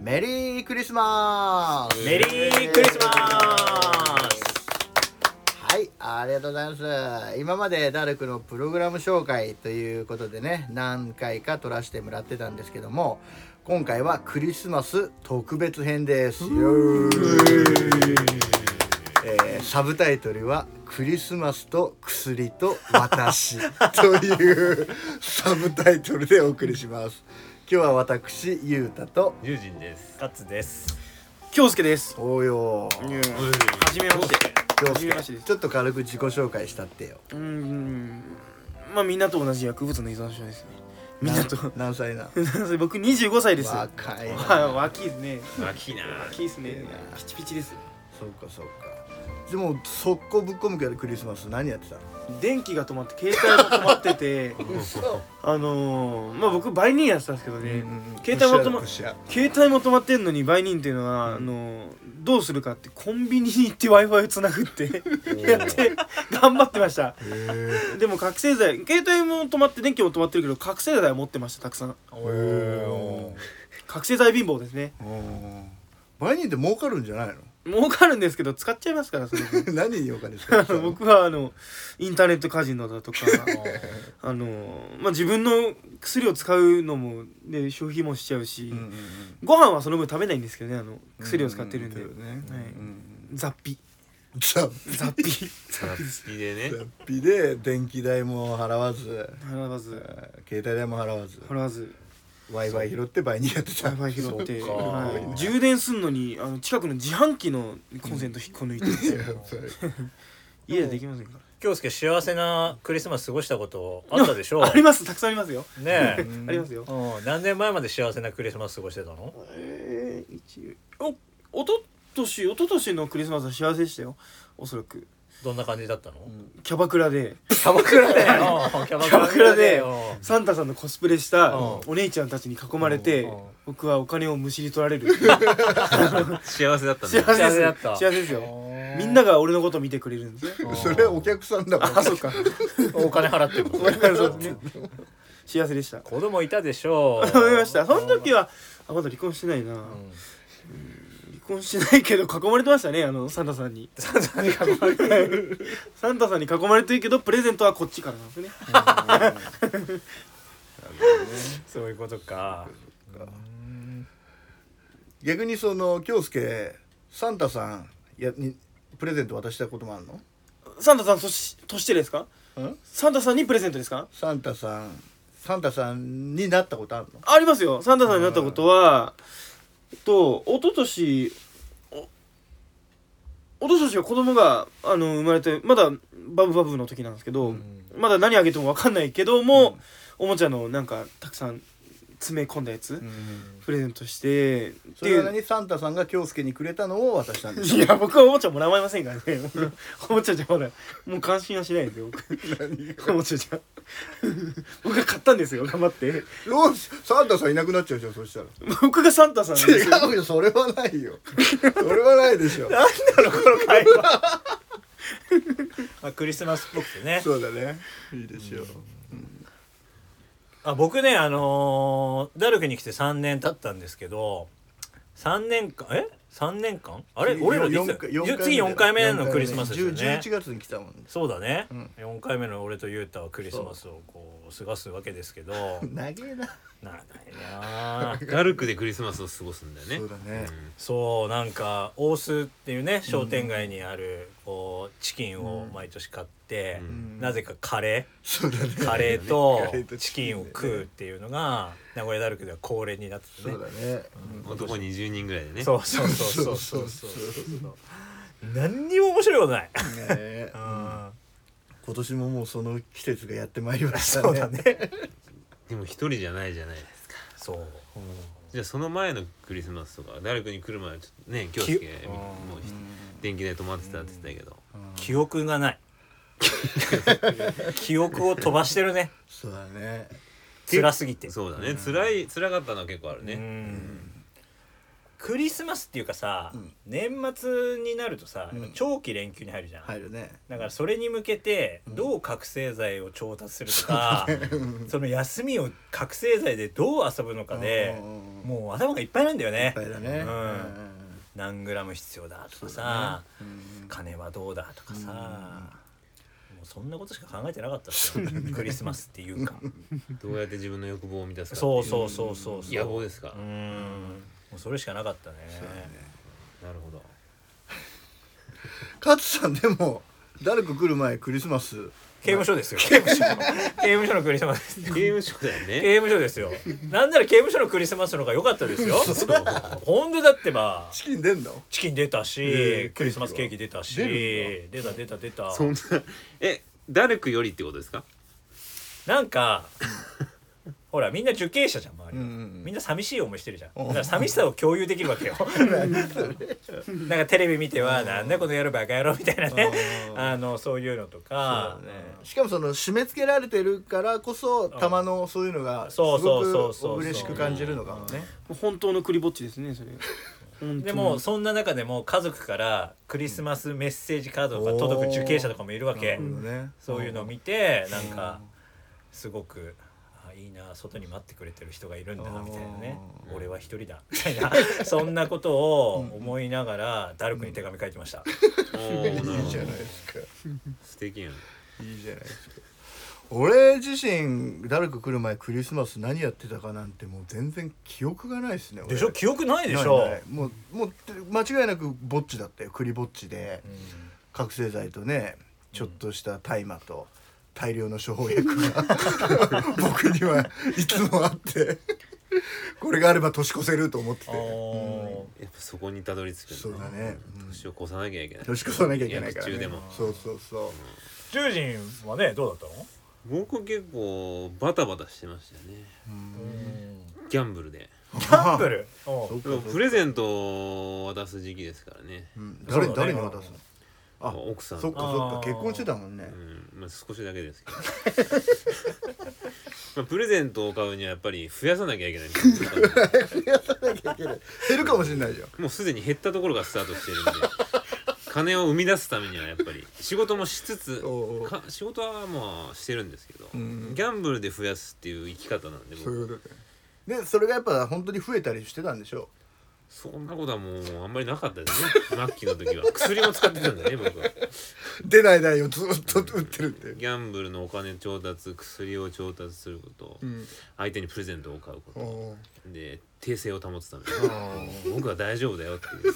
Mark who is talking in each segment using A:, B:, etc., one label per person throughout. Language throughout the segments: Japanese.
A: メリークリスマス
B: メリークリスマス
A: はいありがとうございます今までダルクのプログラム紹介ということでね何回か撮らせてもらってたんですけども今回はクリスマス特別編ですえーサブタイトルは「クリスマスと薬と 私」というサブタイトルでお送りします今日は私ゆうたと
B: 友人ですカツです
C: 京介です。
A: 応用
C: はじめまして。
A: 京
C: 初めまし
A: 介
C: てです
A: ちょっと軽く自己紹介したってよ
C: うーん。まあみんなと同じ薬物の依存症ですね。みんなと。
A: 何歳な
C: 僕25歳です。はい、
A: 若いな
C: 若いですね。
B: 秋な
C: 若いですね。ピチピチです。
A: そうかそうかでも速攻ぶっ込むけどクリスマス何やってたの
C: 電気が止まって携帯も止まってて、 あのー、まあ僕売人やってたんですけどね。携帯も止ま
A: プッシュアップ
C: 携帯も止まってんのに売人っていうのは、あのどうするかってコンビニに行って w i f i をつなぐってやって頑張ってましたでも覚醒剤携帯も止まって電気も止まってるけど覚醒剤は持ってましたたくさん
A: へえお
C: 覚醒剤貧乏ですね
A: ーおー売人って儲かるんじゃないの
C: 儲かるんですけど使っちゃいますからそれ
A: 何にお金使ってたの
C: 僕はあのインターネットカジノだとかあの、まあ、自分の薬を使うのも、ね、消費もしちゃうし、
A: うんうんうん
C: ご飯はその分食べないんですけどねあの薬を使ってるんで、
A: うううん
C: は
A: う
C: い
A: んうん
C: 雑費
A: 雑費
C: 雑費
B: 好きでね
A: 雑費で電気代も払わず
C: 払わず
A: 携帯代も払わず
C: 払わず
A: w i f i 拾って売人やってた
C: w i f i 拾って、
B: そうか
C: はい充電すんのにあの近くの自販機のコンセント引っこ抜いて
A: いやそれ
C: 家でできませんか
B: 京介幸せなクリスマス過ごしたこと あったでしょう
C: らありますたくさんありますよ、
B: ねえ
A: うん
C: ありますよ
B: うん何年前まで幸せなクリスマス過ごしてたの
C: えー、一おおととしおととしのクリスマスは幸せでしたよおそらく
B: どんな感じだったの
C: キャバクラで
B: キャバクラでキ
C: キャバクラで
B: うん
C: サンタさんのコスプレした
B: うん
C: お姉ちゃんたちに囲まれて
B: うん
C: 僕はお金をむしり取られる幸
D: 幸せだった
C: せ
D: ね
C: です
B: 幸せだっ た
C: 幸せですよ みんなが俺のこと見てくれるんですね
A: それお客さんだも ん
C: あそうか
B: お金払ってるもん
C: だからそうですね幸せでした
B: 子供いたでしょう
C: 思いましたその時はあまだ離婚してないな、離
B: うん
C: 婚してないけど囲まれてましたねあのサンタさんに
B: サンタに囲まれて
C: サンタさんに囲まれてるけどプレゼントはこっちからなんですね
B: そういうことか
A: 逆にその京介サンタさんやにプレゼント渡したこともあるの
C: サンタさんとしとしてですかサンタさんにプレゼントですか
A: サンタさんサンタさんになったことあるの
C: ありますよサンタさんになったことは、えっと一昨年お一昨年は子供があの生まれてまだバブバブの時なんですけど、まだ何あげても分かんないけども、おもちゃのなんかたくさん詰め込んだやつ、プレゼントしてって
A: それ
C: い
A: は
C: う
A: 何サンタさんが京介にくれたのを渡したんです
C: いや僕はおもちゃもらえませんからね おもちゃじゃまだもう関心はしないですよ僕おもちゃじ ゃ僕が買ったんですよ頑張って
A: よしサンタさんいなくなっちゃうじゃんそしたら
C: 僕がサンタさんなんですよ
A: 違うよそれはない よそれはないでしょ
B: まあクリスマスっぽくてね
A: そうだねいいでしょう
B: あ僕ねあのーダルクに来て3年経ったんですけど3年間え三年間あれ
A: よ
B: 俺らい
A: 四
B: つ
A: 四回目だよ
B: 次4回目のクリスマスですよ
A: 四回目
B: ね
A: 10 11月に来たもんね
B: そうだね、
A: ん
B: 四4回目の俺とユータはクリスマスをこう過ごすわけですけど
A: 長えな
B: 長いなあ
D: ダルクでクリスマスを過ごすんだよね
A: そうだね
B: そうなんか大須っていうね商店街にあるこうチキンを毎年買って、
A: ん
B: なぜかカレ
A: そうだね
B: ーカレ
A: カレ
B: ー
A: ー
B: と
A: とチ
B: チ
A: キンね
B: キンを食うっていうのが名古屋ダルクでは恒例になってて
A: そうだね
D: 男20人ぐらいでね
B: そうそうそうそうそうそうそう何にも面白いことない、
A: ねえ
B: うん、
A: 今年ももうその季節がやってまいりましたね
B: そうだね
D: でも一人じゃないじゃないですか
B: そう
D: じゃあその前のクリスマスとかダルクに来る前はちょっとね京介
B: きゅ
D: もうひ電気代止まってたって言ってたけど
B: 記憶 がない記憶を飛ばしてるね
A: そうだね
B: 辛すぎて
D: そうだね辛い辛かったのは結構ある
B: う
D: ね
B: んクリスマスっていうかさ、
A: うん
B: 年末になるとさ、
A: うん
B: 長期連休に入るじゃん、
A: 入るね
B: だからそれに向けて
A: うん
B: どう覚醒剤を調達するとか、その休みを覚醒剤でどう遊ぶのかで、
A: うん
B: もう頭がいっぱいなんだよ
A: いっ
B: ね
A: ぱいだね
B: うん
A: うん
B: 何グラム必要だとかさ、
A: うん
B: 金はどうだとかさ、もうそんなことしか考えてなかったっすよクリスマスっていうか
D: どうやって自分の欲望を満たすかってい
B: そうそうそうそうそう
D: 野望ですか
B: う、んもうそれしかなかったね
D: なるほど
A: 勝さんでもダルク来る前クリスマス
B: 刑務所ですよ刑務所刑務所のクリスマスです
D: 刑務所だよね
B: 刑務所ですよなんなら刑務所のクリスマスの方が良かったですよほんでだってば
A: チキン出んの
B: チキン出たし、
A: ええ
B: クリスマスケーキ出たし
A: 出
B: 出
A: る
B: た出た出た
D: そんなえダルクよりってことですか
B: なんかほらみんな受刑者じゃん周りは、
A: うんうんうん
B: みんな寂しい思いしてるじゃん
A: うん
B: だから寂しさを共有できるわけ よなんかテレビ見ては「なんだこの野郎バカ野郎」みたいなね
A: うん
B: あのそういうのとか
A: そうだねしかもその締め付けられてるからこそ玉のそういうのがすご
B: そうそうそうそう
A: く嬉しく感じるのかもね
C: 本当のクリぼっちですねそれ本当
B: で
C: に
B: もそんな中でも家族からクリスマスメッセージカードが届く受刑者とかもいるわ
A: な
B: け、
A: るほどね
B: そういうのを見てなんかすごく。あいいな外に待ってくれてる人がいるんだみたいなね
D: うん
B: 俺は一人だみたい なそんなことを思いながらダルクに手紙書いてました
D: おーなる
A: いい
D: ほ
A: じゃない
D: ど
A: ですか
D: 素敵やん
A: いいじゃないですか俺自身誰か来る前クリスマス何やってたかなんてもう全然記憶がないですね俺
B: でしょ記憶ないでしょ
A: ないないもうもう間違いなくぼっちだったよ栗ぼっちで覚醒剤とねちょっとした大麻と大量の処方薬 が僕にはいつもあってこれがあれば年越せると思ってて
B: あー
D: やっぱそこにたどり着くん
A: そうだねうん
D: 年を越さなきゃいけない
A: 年越さなきゃいけないから、ね、
D: いや途中でも
A: そうそうそう
B: ジュージンはねどうだったの
D: 僕結構バタバタしてましたね ギャンブルで
B: ギャンブルうん
A: そうか
D: プレゼントを渡す時期ですからね、
A: うん
B: そ
A: 誰
B: うだね
A: に誰に渡すのあ
D: まあ奥さん
A: そっかそっ
B: あ
A: か
B: ー
A: 結婚してたもんね
D: うんまあ、少しだけですけど まあプレゼントを買うにはやっぱり増やさなき ゃいけないんですよ
A: 減るかもしれないじゃん
D: もうすでに減ったところがスタートしてるんで金を生み出すためにはやっぱり仕事もしつつ
A: おうおう
D: か仕事はまあしてるんですけど、
A: ん
D: ギャンブルで増やすっていう生き方なんで
A: そう
D: 僕
A: いうことででそれがやっぱ本当に増えたりしてたんでしょ
D: そんなことはもうあんまりなかったですね末期の時は薬も使ってたんだね僕は
A: う出ない代をずっと打ってるっていう
D: ギャンブルのお金調達薬を調達すること、
A: ん
D: 相手にプレゼントを買うこと、
A: おー
D: で訂正を保つために僕は大丈夫だよっていう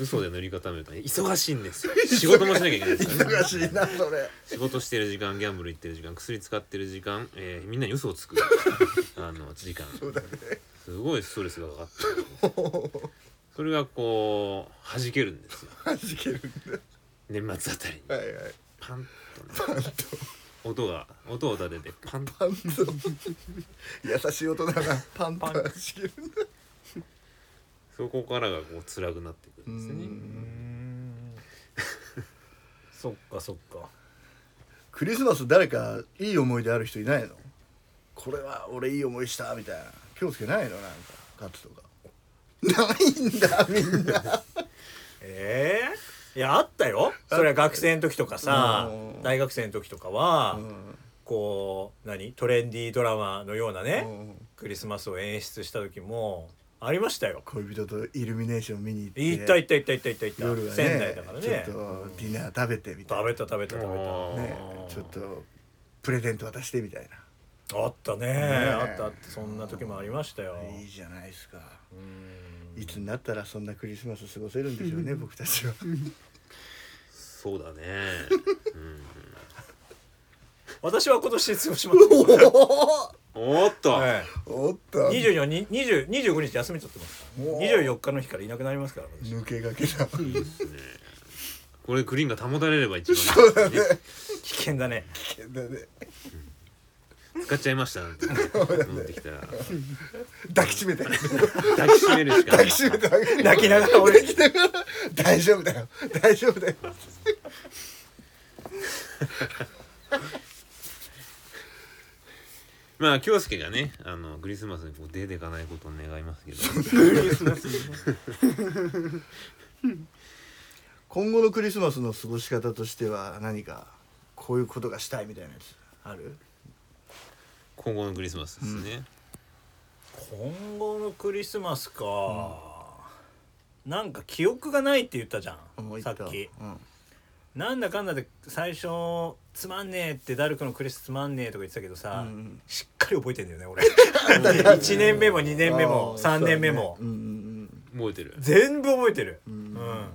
D: 嘘で塗り固めると忙しいんですよ仕事もしなきゃいけないですから、
A: 忙しいなそれ
D: 仕事してる時間ギャンブル行ってる時間薬使ってる時間、えーみんなに嘘をつくあの時間すごいストレスがかかってるそれがこう弾けるんですよ
A: はじける
D: 年末あたりに
A: はいはい
D: パンとね音が音を立ててパンと
A: パンと優しい音だなパンとはじける
D: そこからがこう辛くなってくるんですよね
B: そっかそっか
A: クリスマス誰かいい思い出ある人いないのこれは俺いい思いしたみたいな気をつけないのなんかカツとかないんだみんな
B: ええいやあったよそれは学生の時とかさ
A: うん
B: 大学生の時とかは、
A: うん
B: こう何トレンディードラマのようなね、
A: うん
B: クリスマスを演出した時もありましたよ
A: 恋人とイルミネーション見に行って
B: 行った行った行った行った行った行った
A: 夜はね
B: 仙台だから
A: ちょっ
B: ね
A: とディナー食べてみたいな
B: 食べた食べた食べ
D: あ
B: た、
D: ー
A: ねちょっとプレゼント渡してみたい
B: あったね
A: え
B: あったあったそんな時もありましたよ
A: ないいじゃないですかいつになったらそんなクリスマス過ごせるんでしょう ね僕たちは
D: そうだね、うん、
B: 私は今年過ごしました
D: おーっと、
B: はい
A: おっと
B: 24に20 25日休み取ってますから
A: おー
B: 24日の日からいなくなりますから私
A: 抜けがけだ
D: いいですねこれグリーンが保たれれば一番いいですね
B: 危険だね
A: けどね
D: 使っちゃいましたなんて持ってきたら
A: 抱きしめて
D: 抱きしめるしかな
A: 抱
D: い
A: きしめてあげる
B: 泣きながら俺
A: 泣きながら大丈夫だよ大丈夫だよ
D: まあ京介がねあのクリスマスにこう出てかないことを願いますけど
A: 今後のクリスマスの過ごし方としては何かこういうことがしたいみたいなやつある
D: 今後のクリスマスですね、
B: 今後のクリスマスか、なんか記憶がないって言ったじゃ
A: もうん一
B: さ
A: 回
B: っき
A: うん
B: なんだかんだで最初「つまんねえ」って「ダルクのクリスつまんねえ」とか言ってたけどさ、
A: うんうん
B: しっかり覚えてんだよね俺1年目も2年目も
A: あー
B: 3年目も、
A: そうだねうん
D: 覚えてる
B: 全部覚えてるうんん、うん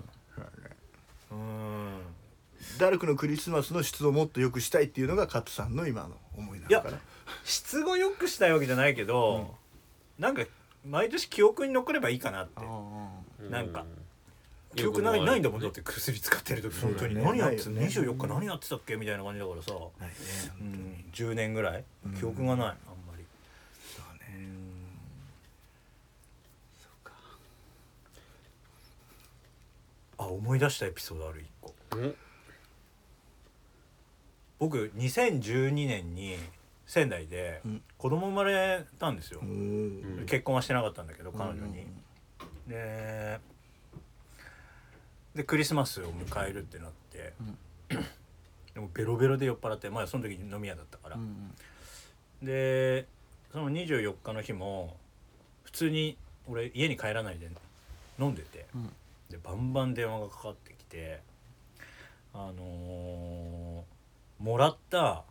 A: ダルクのクリスマスの質をもっと良くしたいっていうのがカットさんの今の思いなのから
B: いや質を良くしたいわけじゃないけど、なんか毎年記憶に残ればいいかなって
A: あ
B: なんか
D: うん
B: 記憶ないないんだもんだ
D: よ
B: っ
D: く
B: て薬使ってる時本当に
A: そうだね
B: 何やってた
A: ないよね
B: 24日何やってたっけみたいな感じだからさ、
A: あないね
B: う
A: 本当に
B: ん、10年ぐらい記憶がないあんまり
A: そうね
B: あ思い出したエピソードある一個
D: 覚えてる
B: 僕2012年に仙台で
A: うん
B: 子供生まれたんですよ、
A: お
D: うん
B: 結婚はしてなかったんだけど彼女に、ででクリスマスを迎えるってなって、でもベロベロで酔っ払ってまあその時飲み屋だったから、でその24日の日も普通に俺家に帰らないで飲んでて、
A: うん
B: でバンバン電話がかかってきてあのーもらった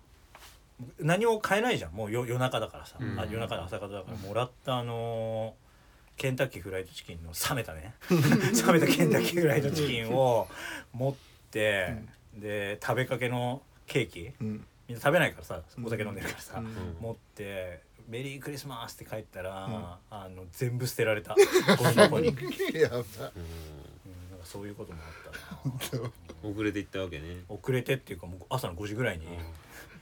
B: 何も買えないじゃんもう夜夜中だからさ、
D: うん
B: あ夜中の朝方だからもらったあのーケンタッキーフライドチキンの冷めた ね冷めたケンタッキーフライドチキンを持って、で食べかけのケーキ
A: うん
B: みんな食べないからさお酒飲んでるからさ、
A: うん
B: 持って「メリークリスマス」って帰ったら、
A: ん
B: あの全部捨てられ たゴミ箱に、うん、なんか
A: やば
B: そういうこともあったな
D: うん遅れていったわけね
B: 遅れてっていうかもう朝の5時ぐらいに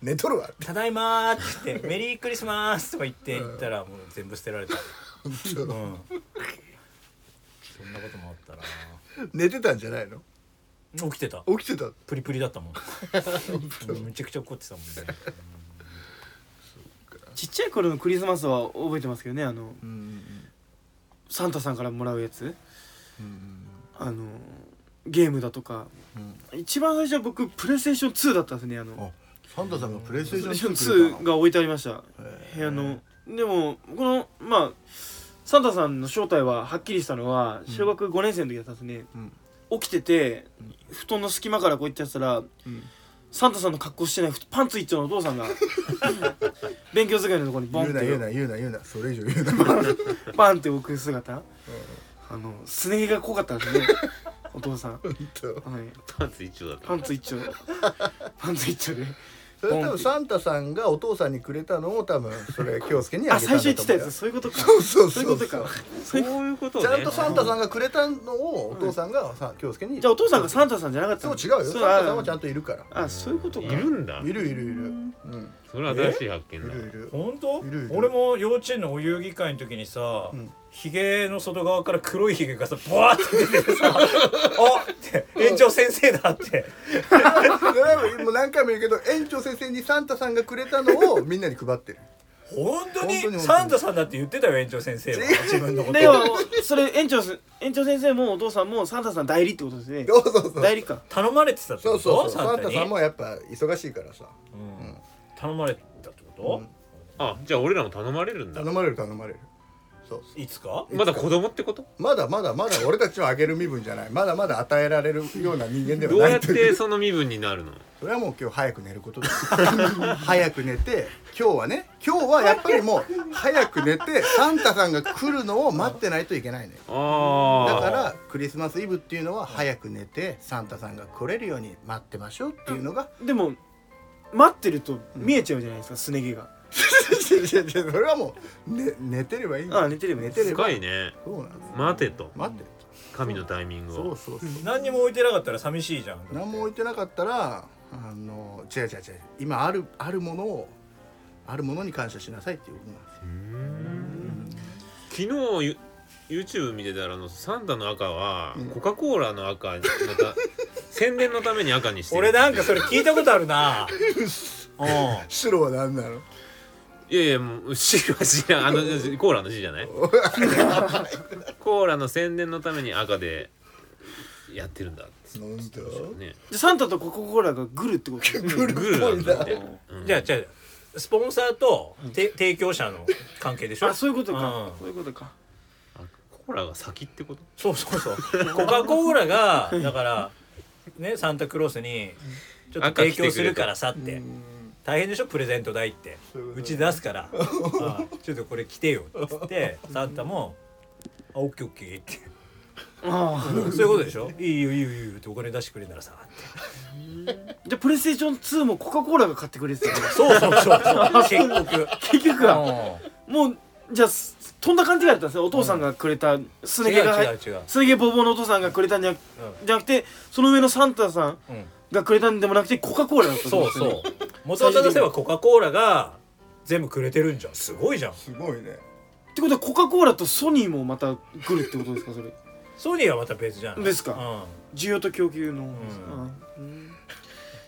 A: 寝とるわ
B: 「ただいま」って言 って「メリークリスマス」とか言って行ったらもう全部捨てられた、 うん、そんなこともあったな
A: 寝てたんじゃないの
B: 起きてた
A: 起きてた
B: プリプリだった もんうんめちゃくちゃ怒ってたもんね
C: ちっちゃい頃のクリスマスは覚えてますけどねあの
A: うん
C: サンタさんからもらうやつ
A: うん
C: あのゲームだとか
A: うん
C: 一番最初は僕プレイステーション2だったんですねあ
A: あ
C: の
A: サンタさんがプレイステ
C: プレ
A: ー
C: イス
A: ショ
C: テ
A: ン
C: ーション
A: 2
C: 2が置いてありました部屋のでもこのまあサンタさんの正体ははっきりしたのは小学5年生の時だったんですね、
A: うん
C: 起きてて布団の隙間からこうやってやってたら
A: うん
C: サンタさんの格好してないふパンツ一丁のお父さ んが勉強机のところにボン
A: 言うな言う
C: って
A: な言うな言うなそれ以上言うな
C: バンって置く姿、あのすね毛が濃かったんですね お父さん、はい、
D: パンツ一丁だった
C: パンツ一 丁パンツ一丁で
A: それ多分サンタさんがお父さんにくれたのを多分それ京介にあ
C: あ
A: げたんだと思う
C: 最初言ってたやつそういうことか
A: そうそう
C: そ
A: そうう
C: い
A: そう
C: うことか
D: そういうこと
A: ち
D: ね
A: ゃんとサンタさんがくれたのをお父さんがさ京介に
C: じゃあお父さんがサンタさんじゃなかった
A: そう
C: の
A: 違うよサンタさんはちゃんといるから
C: あそういうことか
D: いるんだ
A: いるいるいるうん
D: それは新しい発見
A: い
D: だ
A: るいる
B: 本当
A: いるいる
B: 俺も幼稚園のお遊戯会の時にさ、
A: ん
B: ひげの外側から黒いひげがさボワーって出ててさ「 あっ!」って「園長先生だ」って
A: もう何回も言うけど園長先生にサンタさんがくれたのをみんなに配ってる
B: 本当に
A: 本当に
B: サンタさんだって言ってたよ園長先生は自分のこと
C: でもそれ園長す園長先生もお父さんもサンタさん代理ってことですね
A: そうそうそう
C: 代理か
B: 頼まれてたって
A: そ
B: こと
A: うそうそう
B: サ
A: サ
B: ン
A: ン
B: タ
A: タ
B: に
A: さんもやっぱ忙しいからさ
B: うん頼まれてたってこと、
D: あじゃあ俺らも頼まれるんだ
A: 頼まれる頼まれるそう
B: いつか
D: まだ子供ってこと
A: まだまだまだ俺たちはあげる身分じゃないまだまだ与えられるような人間で
D: どう
A: はな
D: やっ
A: いという
D: てその身分になるの
A: それはもう今日早く寝ることだ 早く寝て今日はね今日はやっぱりもう早く寝てサンタさんが来るのを待ってないといけないのよだか
D: あ
A: らクリスマスイブっていうのは早く寝てサンタさんが来れるように待ってましょうっていうのが
C: でも待ってると見えちゃうじゃないですかすね毛が
A: 違う違う違うそれはもう、ね、寝てればいいんだ
C: あ寝てればいい
A: 寝
C: ん
A: て
D: あ
A: れば
D: 深いね
A: そうなんです
D: 待てと
A: 待って
D: 神のタイミング
A: そう
D: を
A: そうそう
B: 何にも置いてなかったら寂しいじゃん
A: 何も置いてなかったらあの違う違う違う今あるあるものをあるものに感謝しなさいっていうことなんですよ
D: うーん昨日ユ YouTube 見てたらあのサンタの赤はコカ・コーラの赤にま た宣伝のために赤にしてる
B: 俺なんかそれ聞いたことあるなうん
A: 白は何なの
D: いやいやもう C は C やあのコーラの C じ ゃないコーラの宣伝のために赤でやってるんだって
E: なんだ
D: ね
C: でサンタとコココーラがグルってこと
E: グル
D: グルなんだ ってうん
B: じゃあじゃあスポンサーとて提供者の関係でしょ
C: あそういうことか
B: うん
C: そういうことか
D: あコーラが先ってこと
B: そうそうそうコカ・コーラがだからねサンタクロースにちょっと提供するからさって大変でしょプレゼント代ってうち出すからああちょっとこれ来てよっつってサンタも「あオッケーオッケー」って
C: あ
B: そういうことでしょ「いいよいいよいいよ」ってお金出してくれるならさって
C: あじゃあプレイステーション2もコカ・コーラが買ってくれてた
B: そうそうそうそう 結局
C: 結局はもうじゃあすとんだ勘違いだったんですよお父さんがくれたす
B: うん違
C: ね
B: う
C: 毛が入
B: 違う違う
C: すね毛ボーボーのお父さんがくれたんじゃじゃなくてその上のサンタさん
B: うん
C: がくれたんでもなくてコカ・コーラだった
B: そうそう元々出せばコカ・コーラが全部くれてるんじゃんすごいじゃん
E: すごいね
C: うってことはコカ・コーラとソニーもまたグルってことですかそれ
B: ソニーはまた別じゃん
C: ですか需要と供給の、うん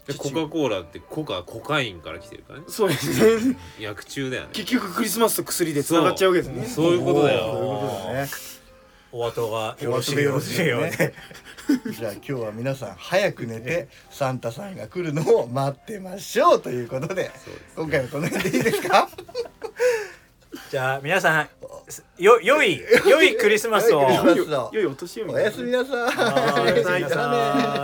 D: でコカ・コーラってコカコカインから来てるからね
C: そうですね
D: 薬中だよね
C: 結局クリスマスと薬でつながっちゃうわけですね
D: そういうことだ
E: そう
D: よ
E: いうことだね
B: お後がよ
E: お
B: ろ
E: 後
B: し
E: が
B: い
E: よ
B: よ
E: ろ
B: う
E: しい
B: で
E: よ
B: よ
E: うで
B: ね
A: じゃあ今日は皆さん早く寝てサンタさんが来るのを待ってましょうということで今回はこの辺でいいですか
B: じゃあ皆さんよ良い良いクリスマスを
A: 良 いクリスマスを
C: 良いお年を
A: おやすみなさい。
B: はい
A: じゃあね
B: おやすみなさい